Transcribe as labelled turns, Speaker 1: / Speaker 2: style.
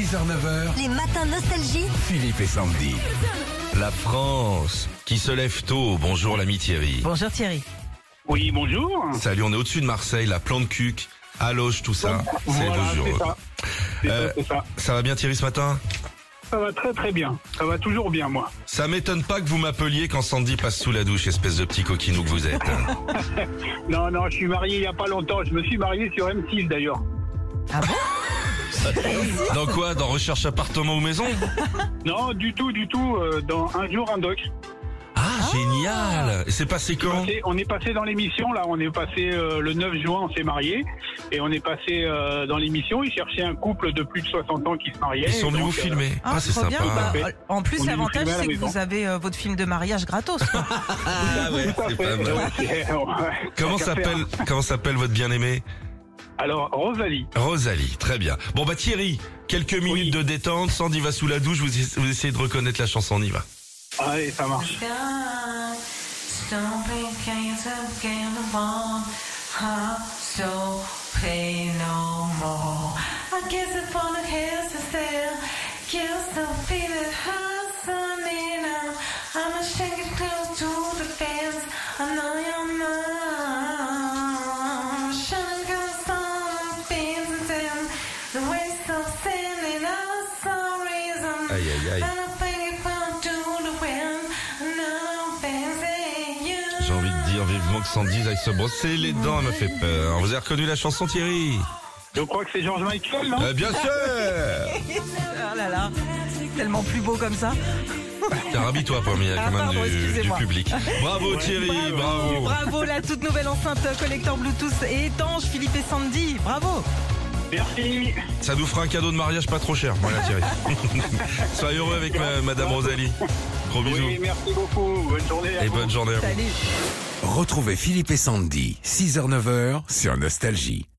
Speaker 1: 6h-9h,
Speaker 2: Les matins nostalgie.
Speaker 1: Philippe et Sandy.
Speaker 3: La France qui se lève tôt. Bonjour l'ami Thierry.
Speaker 4: Bonjour Thierry.
Speaker 5: Oui, bonjour.
Speaker 3: Salut, on est au-dessus de Marseille, la plante cuc, à Loche, tout ça. C'est
Speaker 5: Voilà,
Speaker 3: beau
Speaker 5: c'est
Speaker 3: jour.
Speaker 5: ça. C'est
Speaker 3: Euh,
Speaker 5: ça, c'est ça.
Speaker 3: Ça va bien Thierry ce matin
Speaker 5: Ça va très très bien. Ça va toujours bien, moi.
Speaker 3: Ça m'étonne pas que vous m'appeliez quand Sandy passe sous la douche, espèce de petit coquinou que vous êtes.
Speaker 5: Non, non, je suis marié il y a pas longtemps. Je me suis marié sur M6 d'ailleurs.
Speaker 3: Dans quoi Dans recherche appartement ou maison
Speaker 5: Non, du tout, du tout. euh, dans un jour, un doc.
Speaker 3: Ah, génial Et c'est passé quand
Speaker 5: Passé- on est passé dans l'émission, là. On est passé euh, le 9 juin, on s'est marié. Et on est passé euh, dans l'émission. Ils cherchaient un couple de plus de 60 ans qui se mariait.
Speaker 3: Ils sont venus
Speaker 5: Donc,
Speaker 3: vous
Speaker 5: euh,
Speaker 3: filmer.
Speaker 4: Ah,
Speaker 3: Ah, c'est
Speaker 4: trop
Speaker 3: sympa.
Speaker 4: bien. Bah,
Speaker 5: Ouais.
Speaker 4: en
Speaker 5: On
Speaker 4: plus,
Speaker 5: est
Speaker 4: l'avantage,
Speaker 5: filmé à la
Speaker 4: c'est que
Speaker 5: maison.
Speaker 4: vous avez euh, votre film de mariage gratos. quoi.
Speaker 3: Ah ouais,
Speaker 5: tout à
Speaker 3: c'est
Speaker 5: fait.
Speaker 3: pas mal.
Speaker 5: Donc, c'est- ouais,
Speaker 3: Comment
Speaker 5: tant qu'à faire.
Speaker 3: s'appelle comment s'appelle votre bien-aimé
Speaker 5: Alors, Rosalie.
Speaker 3: Rosalie, très bien. Bon bah Thierry, quelques minutes de détente, Sandy va sous la douche, vous, vous essayez de reconnaître la chanson, on y va.
Speaker 5: Allez, ça marche.
Speaker 6: So pay no more. I guess upon the hills is there. Kills the feel it hurts me now. I'ma shake it close to the fence. I know you're mine. Shining girls on pins and them. The waste of sin in us some reason.
Speaker 3: Aïe, aïe, aïe.
Speaker 6: And I think it fell to the wind. And now I'm facing you.
Speaker 3: J'ai envie de dire vivement que Sandy aille se brosser les dents, elle m'a fait peur. Vous avez reconnu la chanson Thierry
Speaker 5: Je crois que c'est George Michael, non
Speaker 3: Euh, Bien sûr
Speaker 4: Ah là là, tellement plus beau comme ça.
Speaker 3: Tiens, Rabis-toi Pomme, il y a
Speaker 4: Ah,
Speaker 3: quand même
Speaker 4: pardon,
Speaker 3: du, du
Speaker 4: excusez-moi.
Speaker 3: public. Bravo Thierry, bravo,
Speaker 4: Bravo, la toute nouvelle enceinte collecteur Bluetooth et étanche, Philippe et Sandy. Bravo.
Speaker 5: Merci.
Speaker 3: Ça nous fera un cadeau de mariage pas trop cher, voilà Thierry. Soyez heureux avec ma- Madame Rosalie. Gros bisous.
Speaker 5: Oui, merci beaucoup. Bonne journée. à
Speaker 3: Et
Speaker 5: vous.
Speaker 3: bonne journée à vous.
Speaker 4: Salut.
Speaker 1: Retrouvez Philippe et Sandy, 6h-9h, sur Nostalgie.